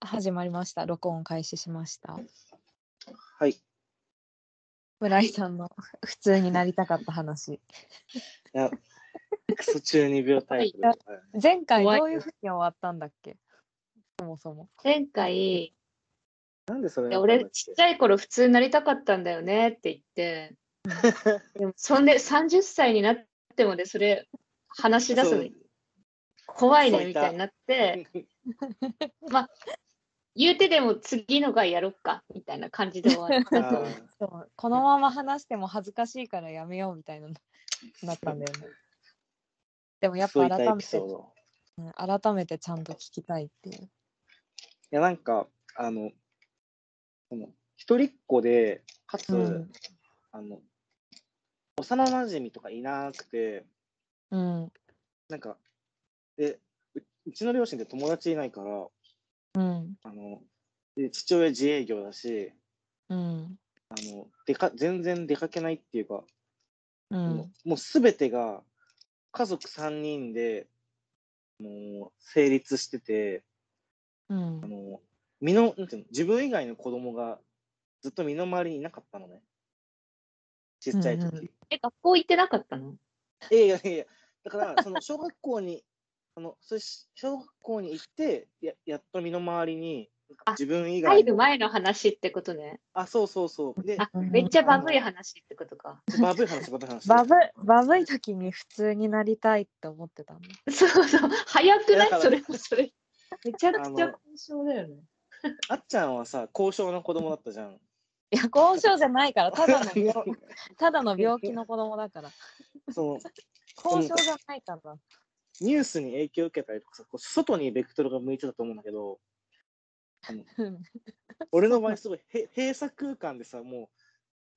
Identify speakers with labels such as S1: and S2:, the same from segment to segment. S1: 始まりました。録音開始しました。
S2: はい。い
S1: 村井さんの 普通になりたかった話。
S2: や、クソ中二病タイプでございます。
S1: 前回
S3: 怖い
S1: どういうふうに終わったんだっけそもそも。
S3: 前回、
S2: なんでそれ
S3: い
S2: に
S3: や
S2: なったん
S3: 俺
S2: だっ
S3: ちっちゃい頃普通になりたかったんだよねって 言って、でもそんで30歳になってもでそれ話し
S2: け
S3: 出すの怖いねみたいになって、
S2: そう
S3: 言うてでも次の回やろっかみたいな感じで終わっ
S2: あ
S3: た。
S2: ー
S1: そうこのまま話しても恥ずかしいからやめようみたいななったんだよね。でもやっ
S2: そう
S1: ぱ
S2: いった
S1: 改
S2: エ
S1: め
S2: ピソ
S1: て
S2: ー、ド。
S1: うん改めてちゃんと聞きたいっていう。
S2: いや、なんか、あの、その一人っ子で、かつ、
S1: うん
S2: あの、幼馴染とかいなくて、
S1: うん。
S2: なんか、で、ううちの両親って友達いないから、
S1: うん。
S2: あの、で父親自営業だし、
S1: うん。
S2: あの出か全然出かけないっていうか、
S1: う
S2: も
S1: ん。
S2: うもう全てが家族3人でもう成立してて
S1: うん。
S2: 身のなんていうの自分以外の子供がずっと身の回りにいなかったのねちっちゃい時、
S1: うんうん
S3: え、学校行ってなかったの
S2: いやいやいやいやだからその小学校に あのそれし小学校に行ってややっと身の回りに
S3: あ
S2: 自分以
S3: 入
S2: 外
S3: る
S2: の
S3: 前の話ってことね。
S2: あそうそうそうで
S3: あ、
S1: うん
S3: めっちゃバブい話ってことか。
S2: バブい話バブい話
S1: バブ、バブい時に普通になりたいって思ってたんだ。
S3: そうそう、早くな
S2: だか
S3: い
S2: ら
S3: それもそれ。
S1: めちゃ
S2: くちゃあの
S1: 性だよね。
S2: あっちゃんはさ高尚な子供だったじゃん
S1: いや、交渉じゃないから、ただ の病ただの病気の子供だから。
S2: その
S1: 交渉じゃないから。
S2: ニュースに影響を受けたりとかさ、こう外にベクトルが向いてたと思うんだけ
S1: う
S2: ど、
S1: ん
S2: 俺の場合すごいへ閉鎖空間でさ、も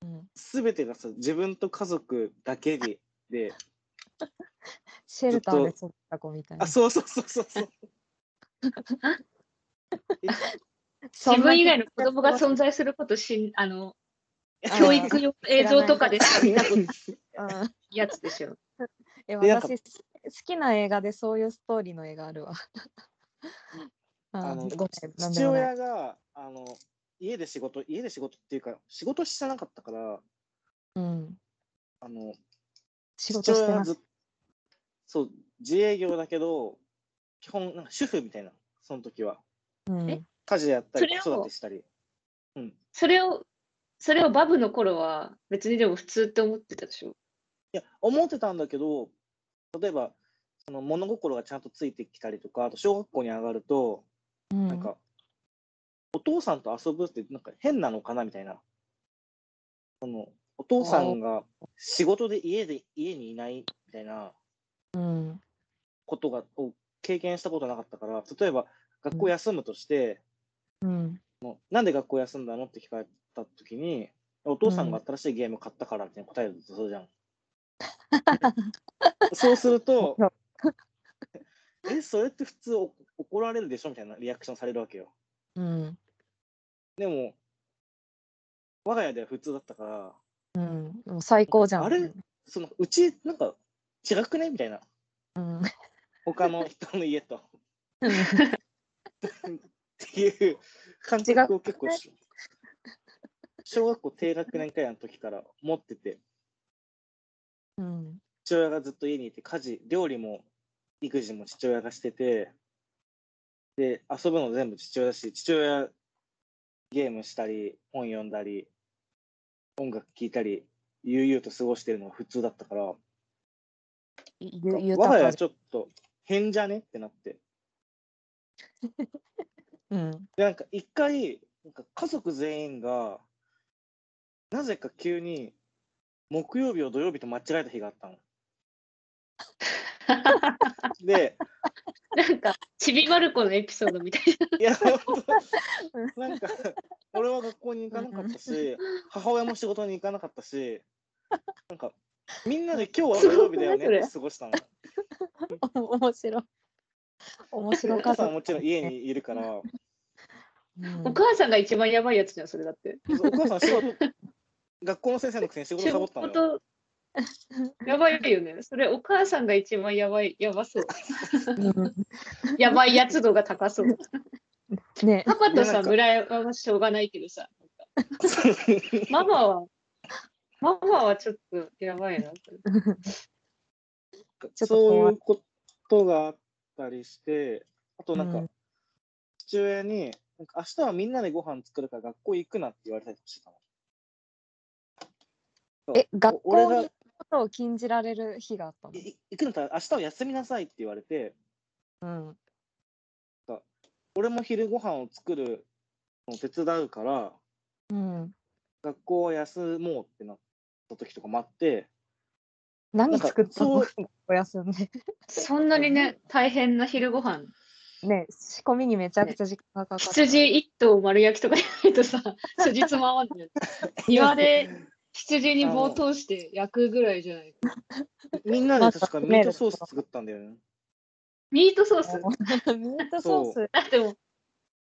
S1: うん
S2: うすべてがさ、自分と家族だけで、で、
S1: シェルターで育った子みたいな
S2: あ、。そうそうそうそう そう。
S1: そんな
S3: 自分以外の子供が存在することしん、あの、
S1: あー
S3: 教育用映像とかでしか見たことない
S1: うん
S3: やつでしょ。
S1: え
S2: でなんか
S1: 私、好きな映画でそういうストーリーの映画あるわ。
S2: あの
S1: ごめん、なんで
S2: 父
S1: もない。
S2: 親が、あの、家で仕事、家で仕事っていうか、仕事してなかったから、
S1: うん。
S2: あの、
S1: 仕事してます。
S2: ずそう、自営業だけど、基本、なんか主婦みたいな、その時は。
S1: うん
S3: え
S2: 家事やったり、
S3: そ
S2: 子
S3: れを
S2: 育てしたり。
S3: それを、それをバブの頃は別にでも普通って思ってたでしょ。
S2: いや、思ってたんだけど、例えば、その物心がちゃんとついてきたりとか、あと小学校に上がると、
S1: うん
S2: なんか、お父さんと遊ぶって、なんか変なのかなみたいな。その、お父さんが仕事で家で、家にいないみたいな
S1: うん。
S2: ことが、を経験したことなかったから、例えば、学校休むとして、
S1: うん。
S2: なんで学校休んだのって聞かれたときに、お父さんが新しいゲーム買ったからって答えるとそうじゃん。そうすると、 え、それって普通お怒られるでしょみたいなリアクションされるわけよ。
S1: うん。
S2: でも、我が家では普通だったから、
S1: うん。もう最高じゃん。
S2: あれそのうち、なんか違くねみたいな、
S1: うん。
S2: 他の人の家と。っていう感覚を結構し、小学校低学年くらいの時から持ってて。
S1: うん。
S2: 父親がずっと家にいて家事料理も育児も父親がしててで遊ぶの全部父親だし父親ゲームしたり本読んだり音楽聴いたり悠々と過ごしてるのが普通だったから
S1: ゆゆ
S2: 我が家はちょっと変じゃねってなって
S1: うん。
S2: でなんか一回なんか家族全員がなぜか急に木曜日を土曜日と間違えた日があったの。で
S3: なんか、ちびまる子のエピソードみたいな。
S2: いや、本当なんか、俺は学校に行かなかったし、母親も仕事に行かなかったし、なんか、みんなで今日は土曜日だよねって過ごしたの。
S1: 面白い。面白
S2: お
S1: か
S2: 母
S1: っ
S2: さん
S1: た。
S2: はもちろん家にいるから、
S1: うん
S3: お母さんが一番やばいやつじゃん、それだって。
S2: お母さん仕事、学校の先生のくせに仕事サボったのよ。
S3: やばいよね。それ、お母さんが一番やばい、やばそう。
S1: うん
S3: やばいやつ度が高そう。
S1: ね
S3: パパとさ、
S2: なんか
S3: 村山はしょうがないけどさ、ママは、ママはちょっとやばいな。
S1: と
S2: そ
S1: 怖
S2: う
S1: い
S2: いうことがあったりして、あとなんか、
S1: うん
S2: 父親に、なんか明日はみんなでご飯作るから学校行くなって言われたりしてたの。そう
S1: え学
S2: お俺
S1: 校に
S2: が
S1: 行くことを禁じられる日があった
S2: い行くんだったら明日は休みなさいって言われて、
S1: のうん
S2: 俺も昼ご飯を作るのを手伝うから、
S1: うん
S2: 学校は休もうってなった時とかもあ って、
S1: 何
S2: なんか
S1: 作った
S2: そ
S1: の
S2: う
S1: お休んで
S3: そんなにね、大変な昼ご飯
S1: ね仕込みにめちゃくちゃ時間がかか った、
S3: 羊一頭丸焼きとかやないとさ、筋つまわんない。庭で羊に棒通して焼くぐらいじゃない。
S2: みんなで確かミートソース作ったんだよね。
S3: ミートソース
S1: もうミートソース
S2: そ
S3: だってもう、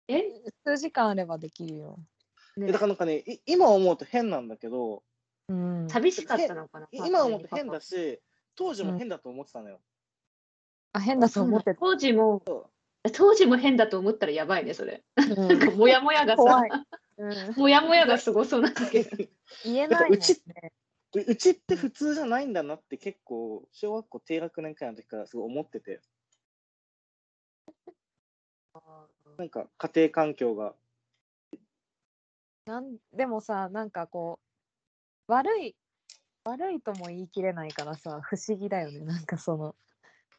S3: え
S1: 数時間あればできるよ、
S2: えだからなんかね、い今思うと変なんだけど、
S1: うん、
S3: 寂しかったのかな。
S2: い今思うと変だ
S3: し。
S2: し、当時も変だと思ってたのよ。
S1: あ変だと思ってた、
S3: 当時も、当時も変だと思ったらやばいね、それ。
S1: う
S3: なん
S1: ん
S3: か、もやもやがさ
S1: 怖い、、うん、
S3: もやもやがすごそうなんだけど。
S1: 言えないもん、ね、
S2: なんかうちううちって普通じゃないんだなって結構、小学校低学年くらいの時からすごい思って て、なんか家庭環境が。
S1: なんでもさなんかこう悪い悪いとも言い切れないからさ不思議だよねなんかその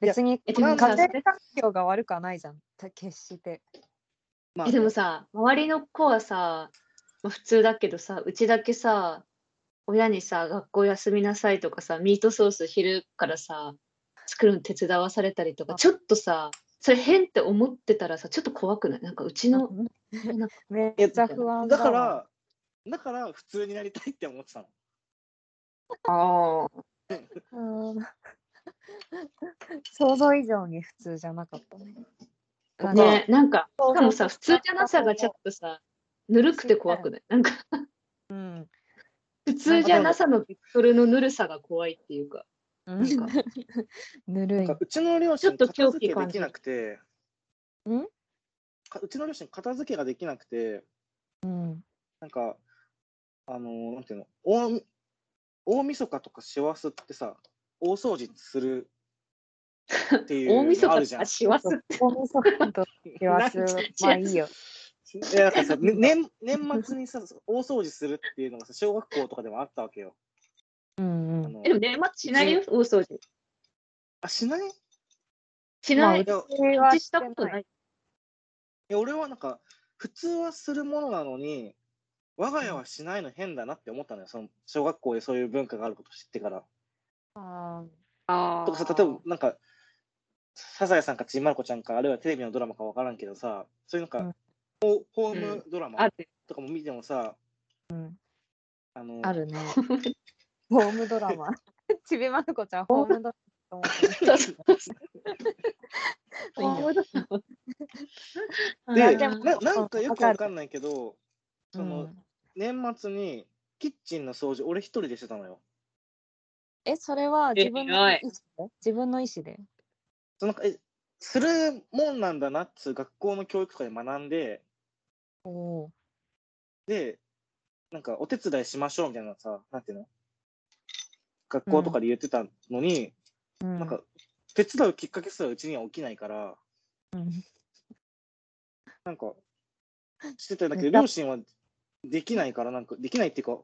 S2: いや
S1: 別に
S3: え
S1: 家
S3: でも
S1: 庭
S3: さ
S1: 環
S3: それ
S1: 境が悪くはないじゃんた決して
S2: まあ
S3: え、でもさ、周りの子はさ、まあ、普通だけどさ、うちだけさ、親にさ、学校休みなさいとかさ、ミートソース昼からさ、作るの手伝わされたりとか、
S1: あ
S3: ちょっとさ、それ変って思ってたらさ、ちょっと怖くないなんかうちの、なんか
S1: めっちゃ不安
S2: だ
S1: わ
S2: から、だから普通になりたいって思ってたの。
S3: ああ、
S1: うん 想像以上に普通じゃなかったねあの
S3: ね、なんか、しかも
S1: 想像
S3: さ、普通じゃなさがちょっとさ、ぬるくて怖くないなんか、
S1: うん
S3: 普通じゃなさのビクトルのぬるさが怖いっていうか、
S1: う
S3: なんんか、
S1: ぬるい
S2: なんかうちの両
S3: ちょ
S2: 親
S3: っと
S2: 片
S3: 狂
S2: 付
S3: 気
S2: け
S3: 感
S2: で
S3: じ
S2: きなくて
S1: ん
S2: かうちの両親片付けができなくて
S1: うん
S2: なんかあのーなんていうの大み大晦日とか師走ってさ大掃除するっていう
S3: 大晦
S2: のある
S3: 日
S2: じ
S3: と
S2: ゃん
S3: か。師走っ て、
S1: 大晦日と師走
S3: なんか
S1: まあいいよ
S2: いやなんかさね年年末にさ大掃除するっていうのがさ小学校とかでもあったわけよ。
S1: うんう
S2: あ
S1: ん
S2: の
S3: え、でも年末しないよ、大掃除。
S2: あしないい
S3: し
S1: ま
S3: な
S1: あ
S3: い。
S1: う
S2: やい
S1: ちは
S3: し
S1: して
S3: たこと
S1: ない
S3: ない。
S2: や俺はなんか普通はするものなのに我が家はしないの変だなって思ったのよその小学校でそういう文化があることを知ってから。
S1: あ
S3: あ
S2: とかさ例えばなんか「サザエさん」か「ちびまる子ちゃん」かあるいはテレビのドラマか分からんけどさそういうなんか、
S1: うん
S2: ホホームドラ
S3: あ
S2: マ
S3: って。
S2: とかも見てもさ、あの
S1: ーあるねホームドラマ。 ちびまる子ちゃん、ホームドラマと思って
S3: そうそう
S1: いいよ
S3: そう
S2: で
S1: んでも
S2: ななんかよく分かんないけど
S1: う
S2: その、
S1: ん。
S2: 年末にキッチンの掃除俺一人でしてたのよ。
S1: え、それは
S3: え
S1: 自分の意
S3: 偉い
S1: 思で自分の意思で。
S2: そのなんかえするもんなんだなっつう学校の教育とかで学んで
S1: おお
S2: でなんかお手伝いしましょうみたいなさなんていうの学校とかで言ってたのに、
S1: ー。な
S2: なんか、手伝うきっかけすらうちには起きないから、
S1: うん
S2: なんか、してたんだけ
S1: う
S2: ど、
S1: んだ
S2: 両親はできないから、なんか、できないっていうか、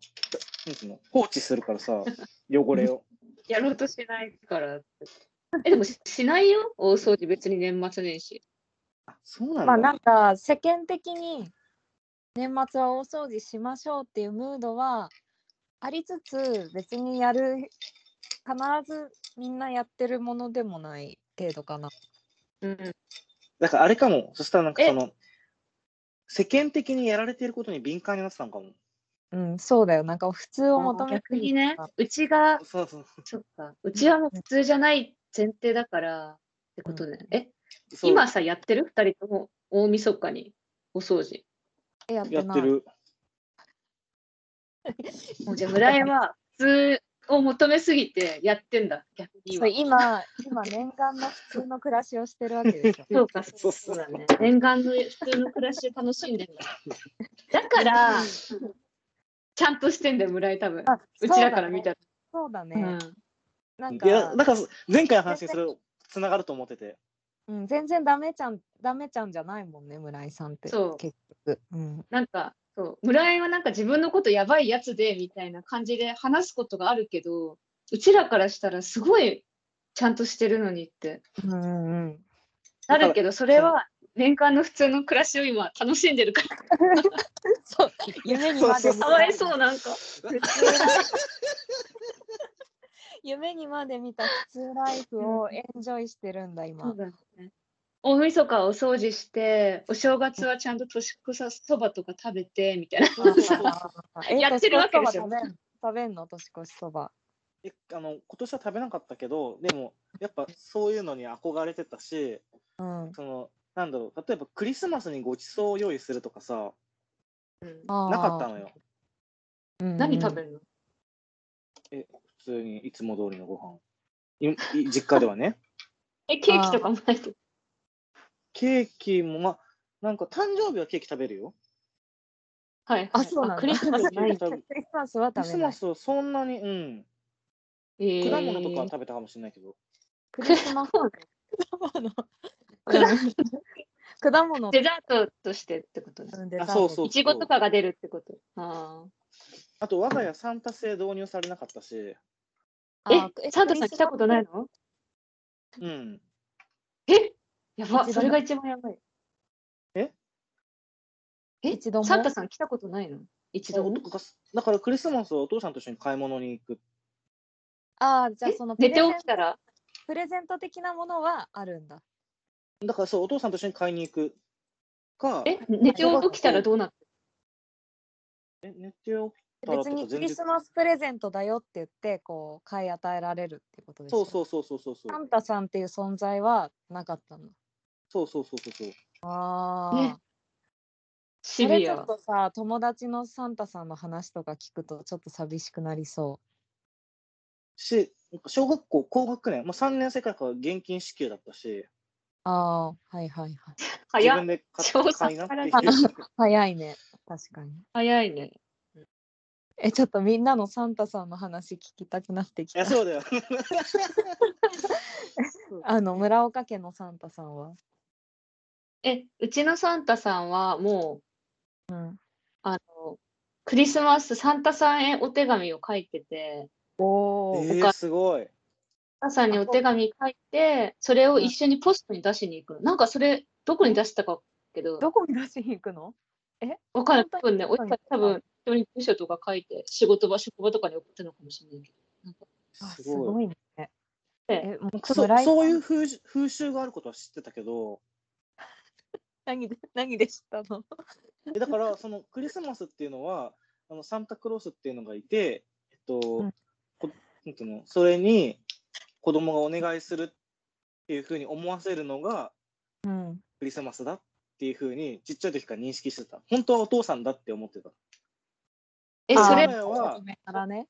S2: なんつうの、放置するからさ、汚れを。
S3: やろうとしないから。え、でもししないよ、大掃除、別に年末年始。
S2: あそうなんだ。
S1: まあなんか世間的に年末は大掃除しましょうっていうムードはありつつ別にやる必ずみんなやってるものでもない程度かな。
S3: うん。
S2: だからあれかも、そしたらなんか
S3: え
S2: その、世間的にやられてることに敏感になってたのかも。
S1: うん、そうだよ。なんか普通を求め
S3: 逆
S1: て
S3: に
S1: る
S3: ね
S1: から、
S3: うちが、
S2: そうそう。
S3: そっか、うちはもう普通じゃない前提だからってことね。え、
S2: そう
S3: 今さ、やってる二人とも大晦日にお掃除。
S1: えやって
S2: やっ
S1: な
S2: て
S1: い。
S2: る。
S3: もうじゃあ村井は普通、を求めすぎてやってんだ、逆に
S1: そ
S3: 今。
S1: う。今今念願の普通の暮らしをしてるわけでしょ
S3: そうか、
S2: そ
S3: そうう
S2: そう
S3: だね。念願の普通の暮らしを楽しんでんだ。だから、ちゃんとしてんだよ、村井多分。
S1: あ
S3: うちだから見
S1: い
S3: たら。
S1: そうだね。
S3: うん
S1: なん
S2: いや
S1: か、
S2: だから前回の話にそれつながると思ってて
S1: うん、全然ダメちゃんダメちゃんじゃないもんね村井さんって。
S3: そう
S1: 結局。うん。
S3: なんか、そう村井はなんか自分のことやばいやつでみたいな感じで話すことがあるけど、うちらからしたらすごいちゃんとしてるのにって。
S1: うんうんうん。
S3: なるけど、それは年間の普通の暮らしを今楽しんでるから。
S1: そう夢にまで
S2: そう
S3: か
S2: そう
S3: わいそう、なんか。
S1: 夢にまで見た普通ライフをエンジョイしてるんだ今。
S3: そうだね。大晦日お掃除して、お正月はちゃんと年越さそばとか食べてみたいな。
S1: え
S3: やってるわけでし
S1: 年越
S3: ょ
S1: そば食べん食べんの年越しそば。
S2: えあの今年は食べなかったけどでもやっぱそういうのに憧れてたし
S1: うん。
S2: そのなんだろう例えばクリスマスにごちそうを用意するとかさな
S1: な
S2: かったのよ
S1: の
S3: 何食べるの、
S2: 普通にいつも通りのご飯いい実家ではね
S3: え、ケーキとかもないと。
S2: ケーキもまあなんか誕生日はケーキ食べるよ
S3: はいはい。
S1: あそうなんだ
S3: クリスマスないんだ。
S2: 食べ
S1: クリスマスは
S2: クリ
S1: 食
S2: ス
S1: べな
S2: マ
S1: い。
S2: スはそんなにうん果
S3: 果
S2: 物とかは食べたかもしれないけど
S1: クリスマス
S3: そう
S1: 果物
S3: デザートとしてってことね。
S1: うんデ
S2: あ
S1: ザート
S2: そうそう
S3: いちごとかが出るってこと。あ
S2: あと我が家サンタ制導入されなかったし
S3: あ
S1: あ
S3: え、サンタさん来たことないの
S2: うん
S3: えやば、
S1: 一度も
S3: それが一番やばい。
S2: え
S3: え
S1: 一度も
S3: サンタさん来たことないの一度も
S2: 男がだからクリスマスはお父さんと一緒に買い物に行く
S1: あーじゃあ
S3: え
S1: そのプ
S3: 寝
S1: レ
S3: て
S1: ゼン
S3: 起きたら
S1: プレゼント的なものはあるんだ。
S2: だからそうお父さんと一緒に買いに行くか
S3: え寝て起きたらどうなって
S2: え寝てよ
S1: 別にクリスマスプレゼントだよって言ってこう買い与えられるってことです
S2: そうそううそうそうそうそう
S1: サンタさんっていう存在はなかったの。
S2: そうそうそうそうそう
S1: ああ、
S3: ねシ
S1: それ
S3: ビ
S1: ちょっ
S3: ア。
S1: とさ友達のサンタさんの話とか聞くとちょっと寂しくなりそ
S2: し小学校高学年、まあ、3年生からかは現金支給だったし
S1: う。ああはいはいはい。
S2: 自
S3: 早
S2: 分
S3: い
S2: で買
S3: 小
S2: っ
S3: 学
S2: 買いなっていう
S3: から
S1: 早いね確かに。
S3: 早い ね。
S1: えちょっとみんなのサンタさんの話聞きたくなってき
S2: いや
S1: た。
S2: そうだよ
S1: あの村岡家のサンタさんは。
S3: え、うちのサンタさんはもう、
S1: うん。
S3: あの、クリスマスサンタさんへお手紙を書いてて、
S1: お
S2: え
S1: お、
S2: ー、すごい
S3: サンタさんにお手紙書いて、それを一緒にポストに出しに行くの。なんかそれ、どこに出したかけど、
S1: どこに出しに行くの？
S3: わかる。多分ね、
S1: 本
S3: お
S1: 当に
S3: 多分、人に住所とか書いて、仕事場、職場とかに送ったのかもしれないけど。なんか
S1: あ
S2: す
S1: す
S2: ご
S1: ご
S2: い
S1: いね。えもう
S2: そ
S1: 村井さん
S2: そういう風習風習があることは知ってたけど
S1: 何で何で知ったの？
S2: えだからそのクリスマスっていうのはあのサンタクロースっていうのがいて、えっと
S1: ん
S2: こなんていうのそれに子供がお願いするっていうふうに思わせるのが
S1: うん。
S2: クリスマスだっていうふうにちっちゃい時から認識してた本当はお父さんだって思ってた
S3: え、
S2: あー
S3: それ、
S2: 前は
S1: からね。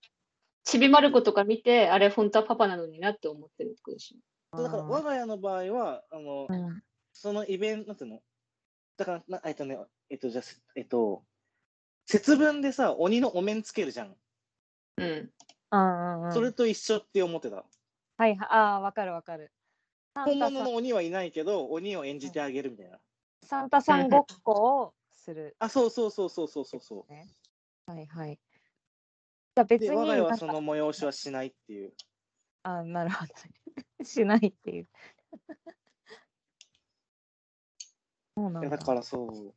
S3: ちびまる子とか見て、あれ、本当はパパなのになって思ってるってことでしょ。
S2: だから我が家の場合はあの
S1: うん。
S2: そのイベントなんていうのだからなえっとねえっとじゃあせえっと節分でさ鬼のお面つけるじゃん、
S3: うん。
S1: うんうんうん。
S2: それと一緒って思ってた
S1: はいはい。ああわかるわかる。サ
S2: 本
S1: ンタ
S2: 物
S1: さん
S2: の鬼はいないけど鬼を演じてあげるみたいな
S1: サンタさんごっこをする。
S2: あ、そうそうそうそうそうそうそ
S1: ね。はいはい。じゃあ別
S2: う。で、
S1: に
S2: 我が家
S1: な
S2: は
S1: ん
S2: そ
S1: か
S2: の催しはしないっていう。
S1: あなるほど。しないっていう。そうないん
S2: や
S1: だ。
S2: だからそう。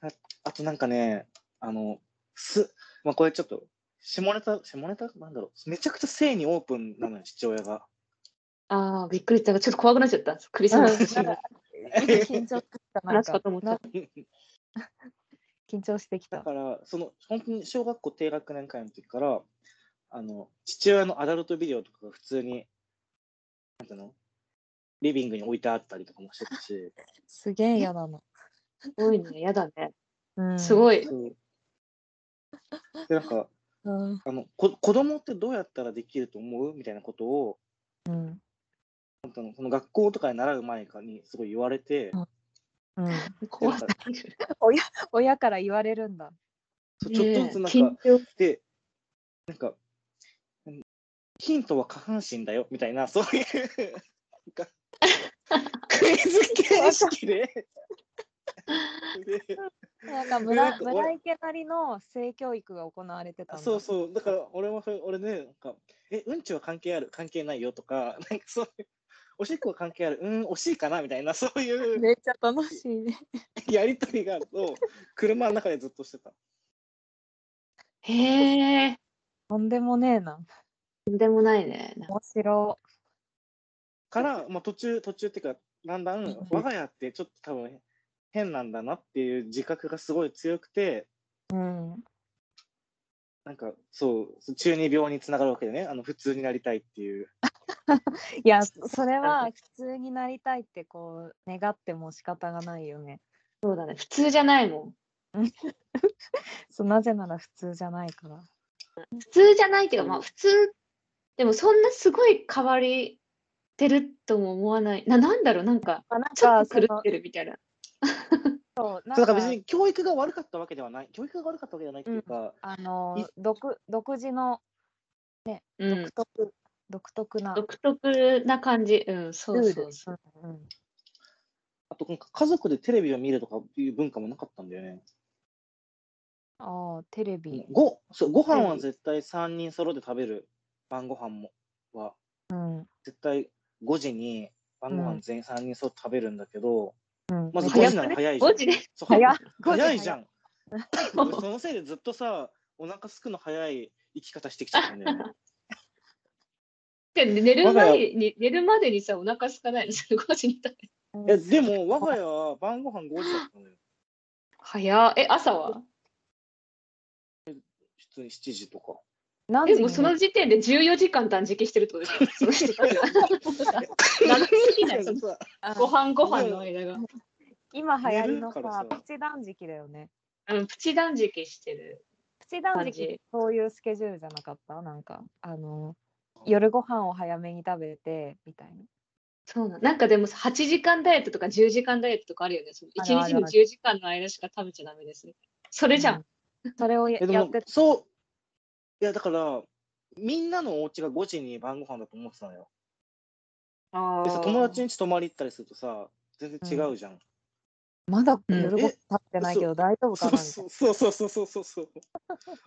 S2: ああとなんかね、あの、す、まあこれちょっと、下ネタ、下ネタなんだろう。めちゃくちゃ性にオープンなのよ、父親が。
S3: ああ、びっくりした。ちょっと怖くなっちゃった。クリスマス。
S1: うんなんか緊張してきた。なん
S3: 話す
S1: か
S3: かと思っちゃ
S1: な
S3: った。
S1: 緊張してき
S2: だ
S1: た。
S2: から、その、本当に小学校低学年会の時から、あの、父親のアダルトビデオとかが普通に、なんていうのリビングに置いてあったりとかもしてたし、
S1: すげえ嫌なの。
S3: すごいね、やだね。
S1: うん
S3: すごい。
S2: そうで、なんか、
S1: うん
S2: あのこ子供ってどうやったらできると思うみたいなことを
S1: うん
S2: 本当のその学校とかに習う前かにすごい言われて、
S1: うんうん、
S3: 怖すぎる。
S1: 親から言われるんだ。
S2: そうちょっとずつなんか、
S3: ねえ緊張
S2: でなんかうんヒントは下半身だよみたいなそういうなんかクイズ形式で。で
S1: なんか
S2: なん
S1: 村
S2: か
S1: 村池なりの性教育が行われてたんだ。
S2: そうそうだから俺もそれ俺ねなんかえうんちは関係ある関係ないよとかなんかそういうおしっこは関係あるうん惜しいかなみたいなそういう
S1: めっちゃ楽しいね。
S2: やりとりがを車の中でずっとしてた。
S3: へえ、
S1: とんでもねえな。
S3: とんでもないね。
S1: 面白
S2: から、まあ、途中途中っていうかだんだん
S1: うん
S2: 我が家ってちょっと多分変なんだなっていう自覚がすごい強くて
S1: い。うん。
S2: なんかそう中二病につながるわけでねあの普通になりたいっていう
S1: いや、それは普通になりたいってこう願っても仕方がないよね。
S3: そうだね。普通じゃないもん。
S1: そうなぜなら普通じゃないから。
S3: 普通じゃないけど、
S2: うん
S3: まあ普通、でもそんなすごい変わりてるとも思わない。な、なんだろう、なんか、
S1: まあ、なん
S3: ちょ
S1: か
S3: っと狂ってるみたいな。
S1: そのそうな
S2: そう
S1: か
S2: んだか
S1: ら
S2: 別に教育が悪かったわけではない教育が悪かったわけじゃないっていうか、
S1: あの
S2: い
S1: 独独自の
S3: うん
S1: 独。特、独特な
S3: 独特な感じ。うん、そう
S1: ルール
S3: そうそう。
S1: うんうん
S2: あとなんか家族でテレビを見るとかいう文化もなかったんだよね。
S1: ああテレビ、
S2: ごそうご飯
S3: テレ
S2: は
S3: ビ
S2: 絶対3人揃って食べる晩ご飯もは
S1: うん
S2: 絶対5時に晩ご
S1: う
S2: 飯
S1: ん
S2: 全員3人揃って食べるんだけど、
S1: うん、
S2: まず
S1: め
S2: 5
S1: っ
S2: 時
S1: ち
S2: な
S1: ゃ
S2: の早いじゃん。
S3: 5時で
S2: そう
S1: 早い
S2: 早いじゃん。
S3: 早い
S2: 俺そのせいでずっとさ、お腹すくの早い生き方してきちゃったんだよね。
S3: で寝る
S2: 我が家
S3: 前に、寝るまでにさ、お腹空かないの、それ5時に食べ
S2: えでも、我が家は晩ご飯5時だったのよ。
S3: 早っえ、朝は
S2: 普通に7時とか。
S1: 何
S3: え、
S1: 時
S3: もう
S1: に
S3: その時点で14時間断食してるってこと ですかその人たちは長すぎないその
S2: さ
S1: あ
S3: ご飯ご飯の間が。
S1: 今流行りの
S2: 寝るか
S1: さ
S2: らさ
S1: プチ断食だよね
S3: うん、プチ断食してる。
S1: プチ断
S3: 感
S1: 食
S3: じ
S1: そういうスケジュールじゃなかったなんかあの夜ご飯を早めに食べてみたいな
S3: そうなんなんかでもさ8時間ダイエットとか10時間ダイエットとかあるよね。その
S1: ある
S3: 1日の
S1: ある
S3: 10時間の間しか食べちゃダメですね。それじゃん。
S1: うんそれをや
S2: えで
S1: や
S2: も
S1: って、
S2: そう、いやだから、みんなのお家が5時に晩ご飯だと思ってたのよ。
S3: あ
S2: でさ、友達ん家泊まり行ったりするとさ、全然違うじゃん。
S1: まだ
S3: うん
S1: 夜ご飯食べてないけど大丈夫
S2: そ
S1: か
S2: う
S1: なみたい
S2: そうそうそうそうそうそう。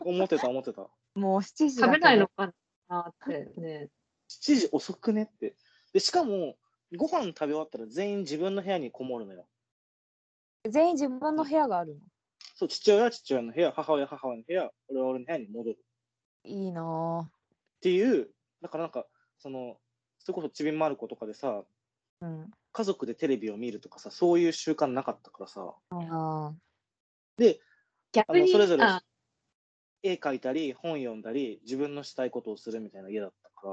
S2: 思ってた思ってた。
S1: なもう7時だ
S3: 食べない
S1: け
S3: の
S1: ど
S3: かなってね。
S2: 7時遅くねって。で、しかも、ご飯食べ終わったら全員自分の部屋にこもるのよ。
S1: 全員自分の部屋があるの
S2: そう、父親は父親の部屋、母親は母親の部屋、俺は俺の部屋に戻るっ
S1: いいな
S2: ていう、だからなんか、その、それこそちびまる子とかでさ、
S1: ぁうん
S2: 家族でテレビを見るとかさ、そういう習慣なかったからさ、
S1: あ
S2: あ
S3: 逆
S2: の
S3: に、
S2: それぞれ
S3: あ
S2: 絵描いたり、本読んだり、自分のしたいことをするみたいな家だったか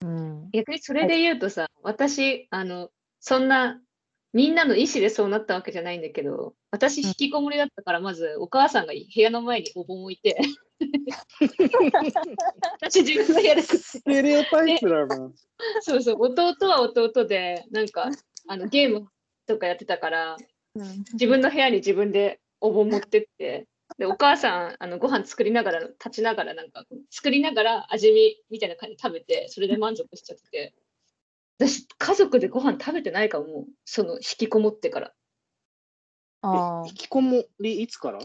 S2: ら、
S1: ー うん
S3: 逆にそれで言うとさ、私、あの、そんな、みんなの意思でそうなったわけじゃないんだけど、私、引きこもりだったから、まずお母さんが部屋の前にお盆置いて、 私自分の部屋で食って
S2: ステレオタイプだな。
S3: そうそう、弟は弟で、なんか、あのゲームとかやってたから、
S1: うん
S3: 自分の部屋に自分でお盆持ってって、で、お母さん、あのご飯作りながら、立ちながら、なんか、作りながら味見みたいな感じで食べて、それで満足しちゃってて、私、家族でご飯食べてないかももう、その、引きこもってから。
S1: あー
S2: え引きこもりいつから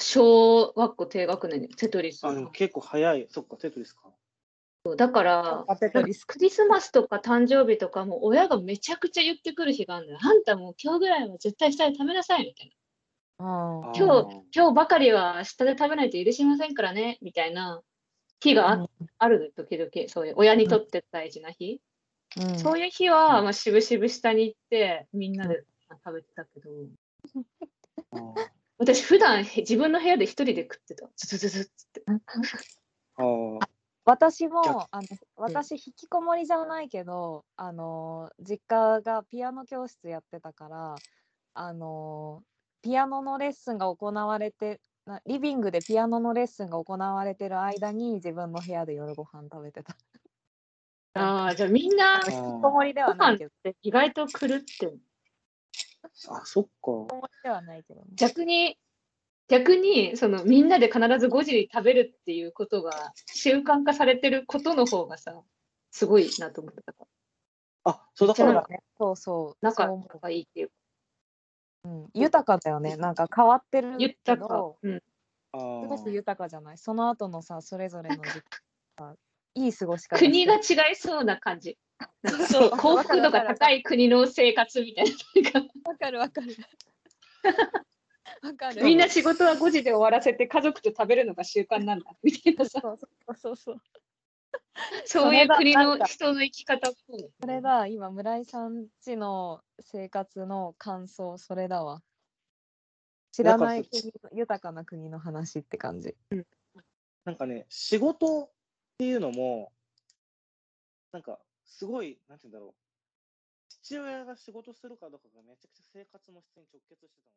S3: 小学校低学年でテトリス
S2: あ、でも結構早い。そっか、テトリスか。
S3: だから
S1: テトリス
S3: クリスマスとか誕生日とかも親がめちゃくちゃ言ってくる日があるのよあんたもう今日ぐらいは絶対下で食べなさいみたいな
S1: あー
S2: あー
S3: 今日今日ばかりは下で食べないと許しませんからねみたいな日があ,、
S1: うん
S3: あるの時々そういう親にとって大事な日、
S1: うん
S3: そういう日
S2: う
S3: は、
S2: ん
S3: まあ、しぶしぶ下に行ってみんなで食べてたけど
S2: あー
S3: 私普段へ自分の部屋で一人で食ってたズズズズズって
S2: あー
S1: 私
S2: 逆
S1: もあの私引きこもりじゃないけど、あの実家がピアノ教室やってたからあのピアノのレッスンが行われてなリビングでピアノのレッスンが行われてる間に自分の部屋で夜ご飯食べてた。
S3: ああ、じゃあみん
S2: あ
S3: な、
S1: 引
S3: ご
S1: きこ
S2: ー
S1: もりではな
S3: 飯
S1: い
S3: っ
S1: けど、
S3: て意外と狂ってん
S2: あ、そっか。
S1: ではないけどね、
S3: 逆に、逆に、そのみんなで必ず5時に食べるっていうことが習慣化されてることの方がさ、すごいなと思ったか
S2: あ、そうだか
S1: そう
S2: ら
S1: だ、ね。そうそう。
S3: ら、仲
S1: そう思う
S3: がいいっていうか、
S1: 豊かだよね。なんか変わってるけ
S3: 豊か
S1: ど、、
S3: うん、
S2: あ
S1: すごく
S2: ー
S1: 豊かじゃない。その後のさ、それぞれの時間がいい過ごし方。
S3: 国が違いそうな感じ。なん か
S1: そう
S3: 幸福度が高い国の生活みたいな。なんか
S1: わかるわかる。 わかる。
S3: みんな仕事は5時で終わらせて家族と食べるのが習慣なんだみたいなさ、
S1: そうそうそうそう。
S3: そういう国
S1: それだなん
S3: の
S1: か
S3: 人の生き方っぽい。
S1: それだ、今、村井さんちの生活の感想、それだわ。知らない国の豊かな国の話って感じ。
S2: なんかね、仕事っていうのも、なんか、すごい、なんて言うんだろう。父親が仕事するかどうかがめちゃくちゃ生活の質に直結してたの。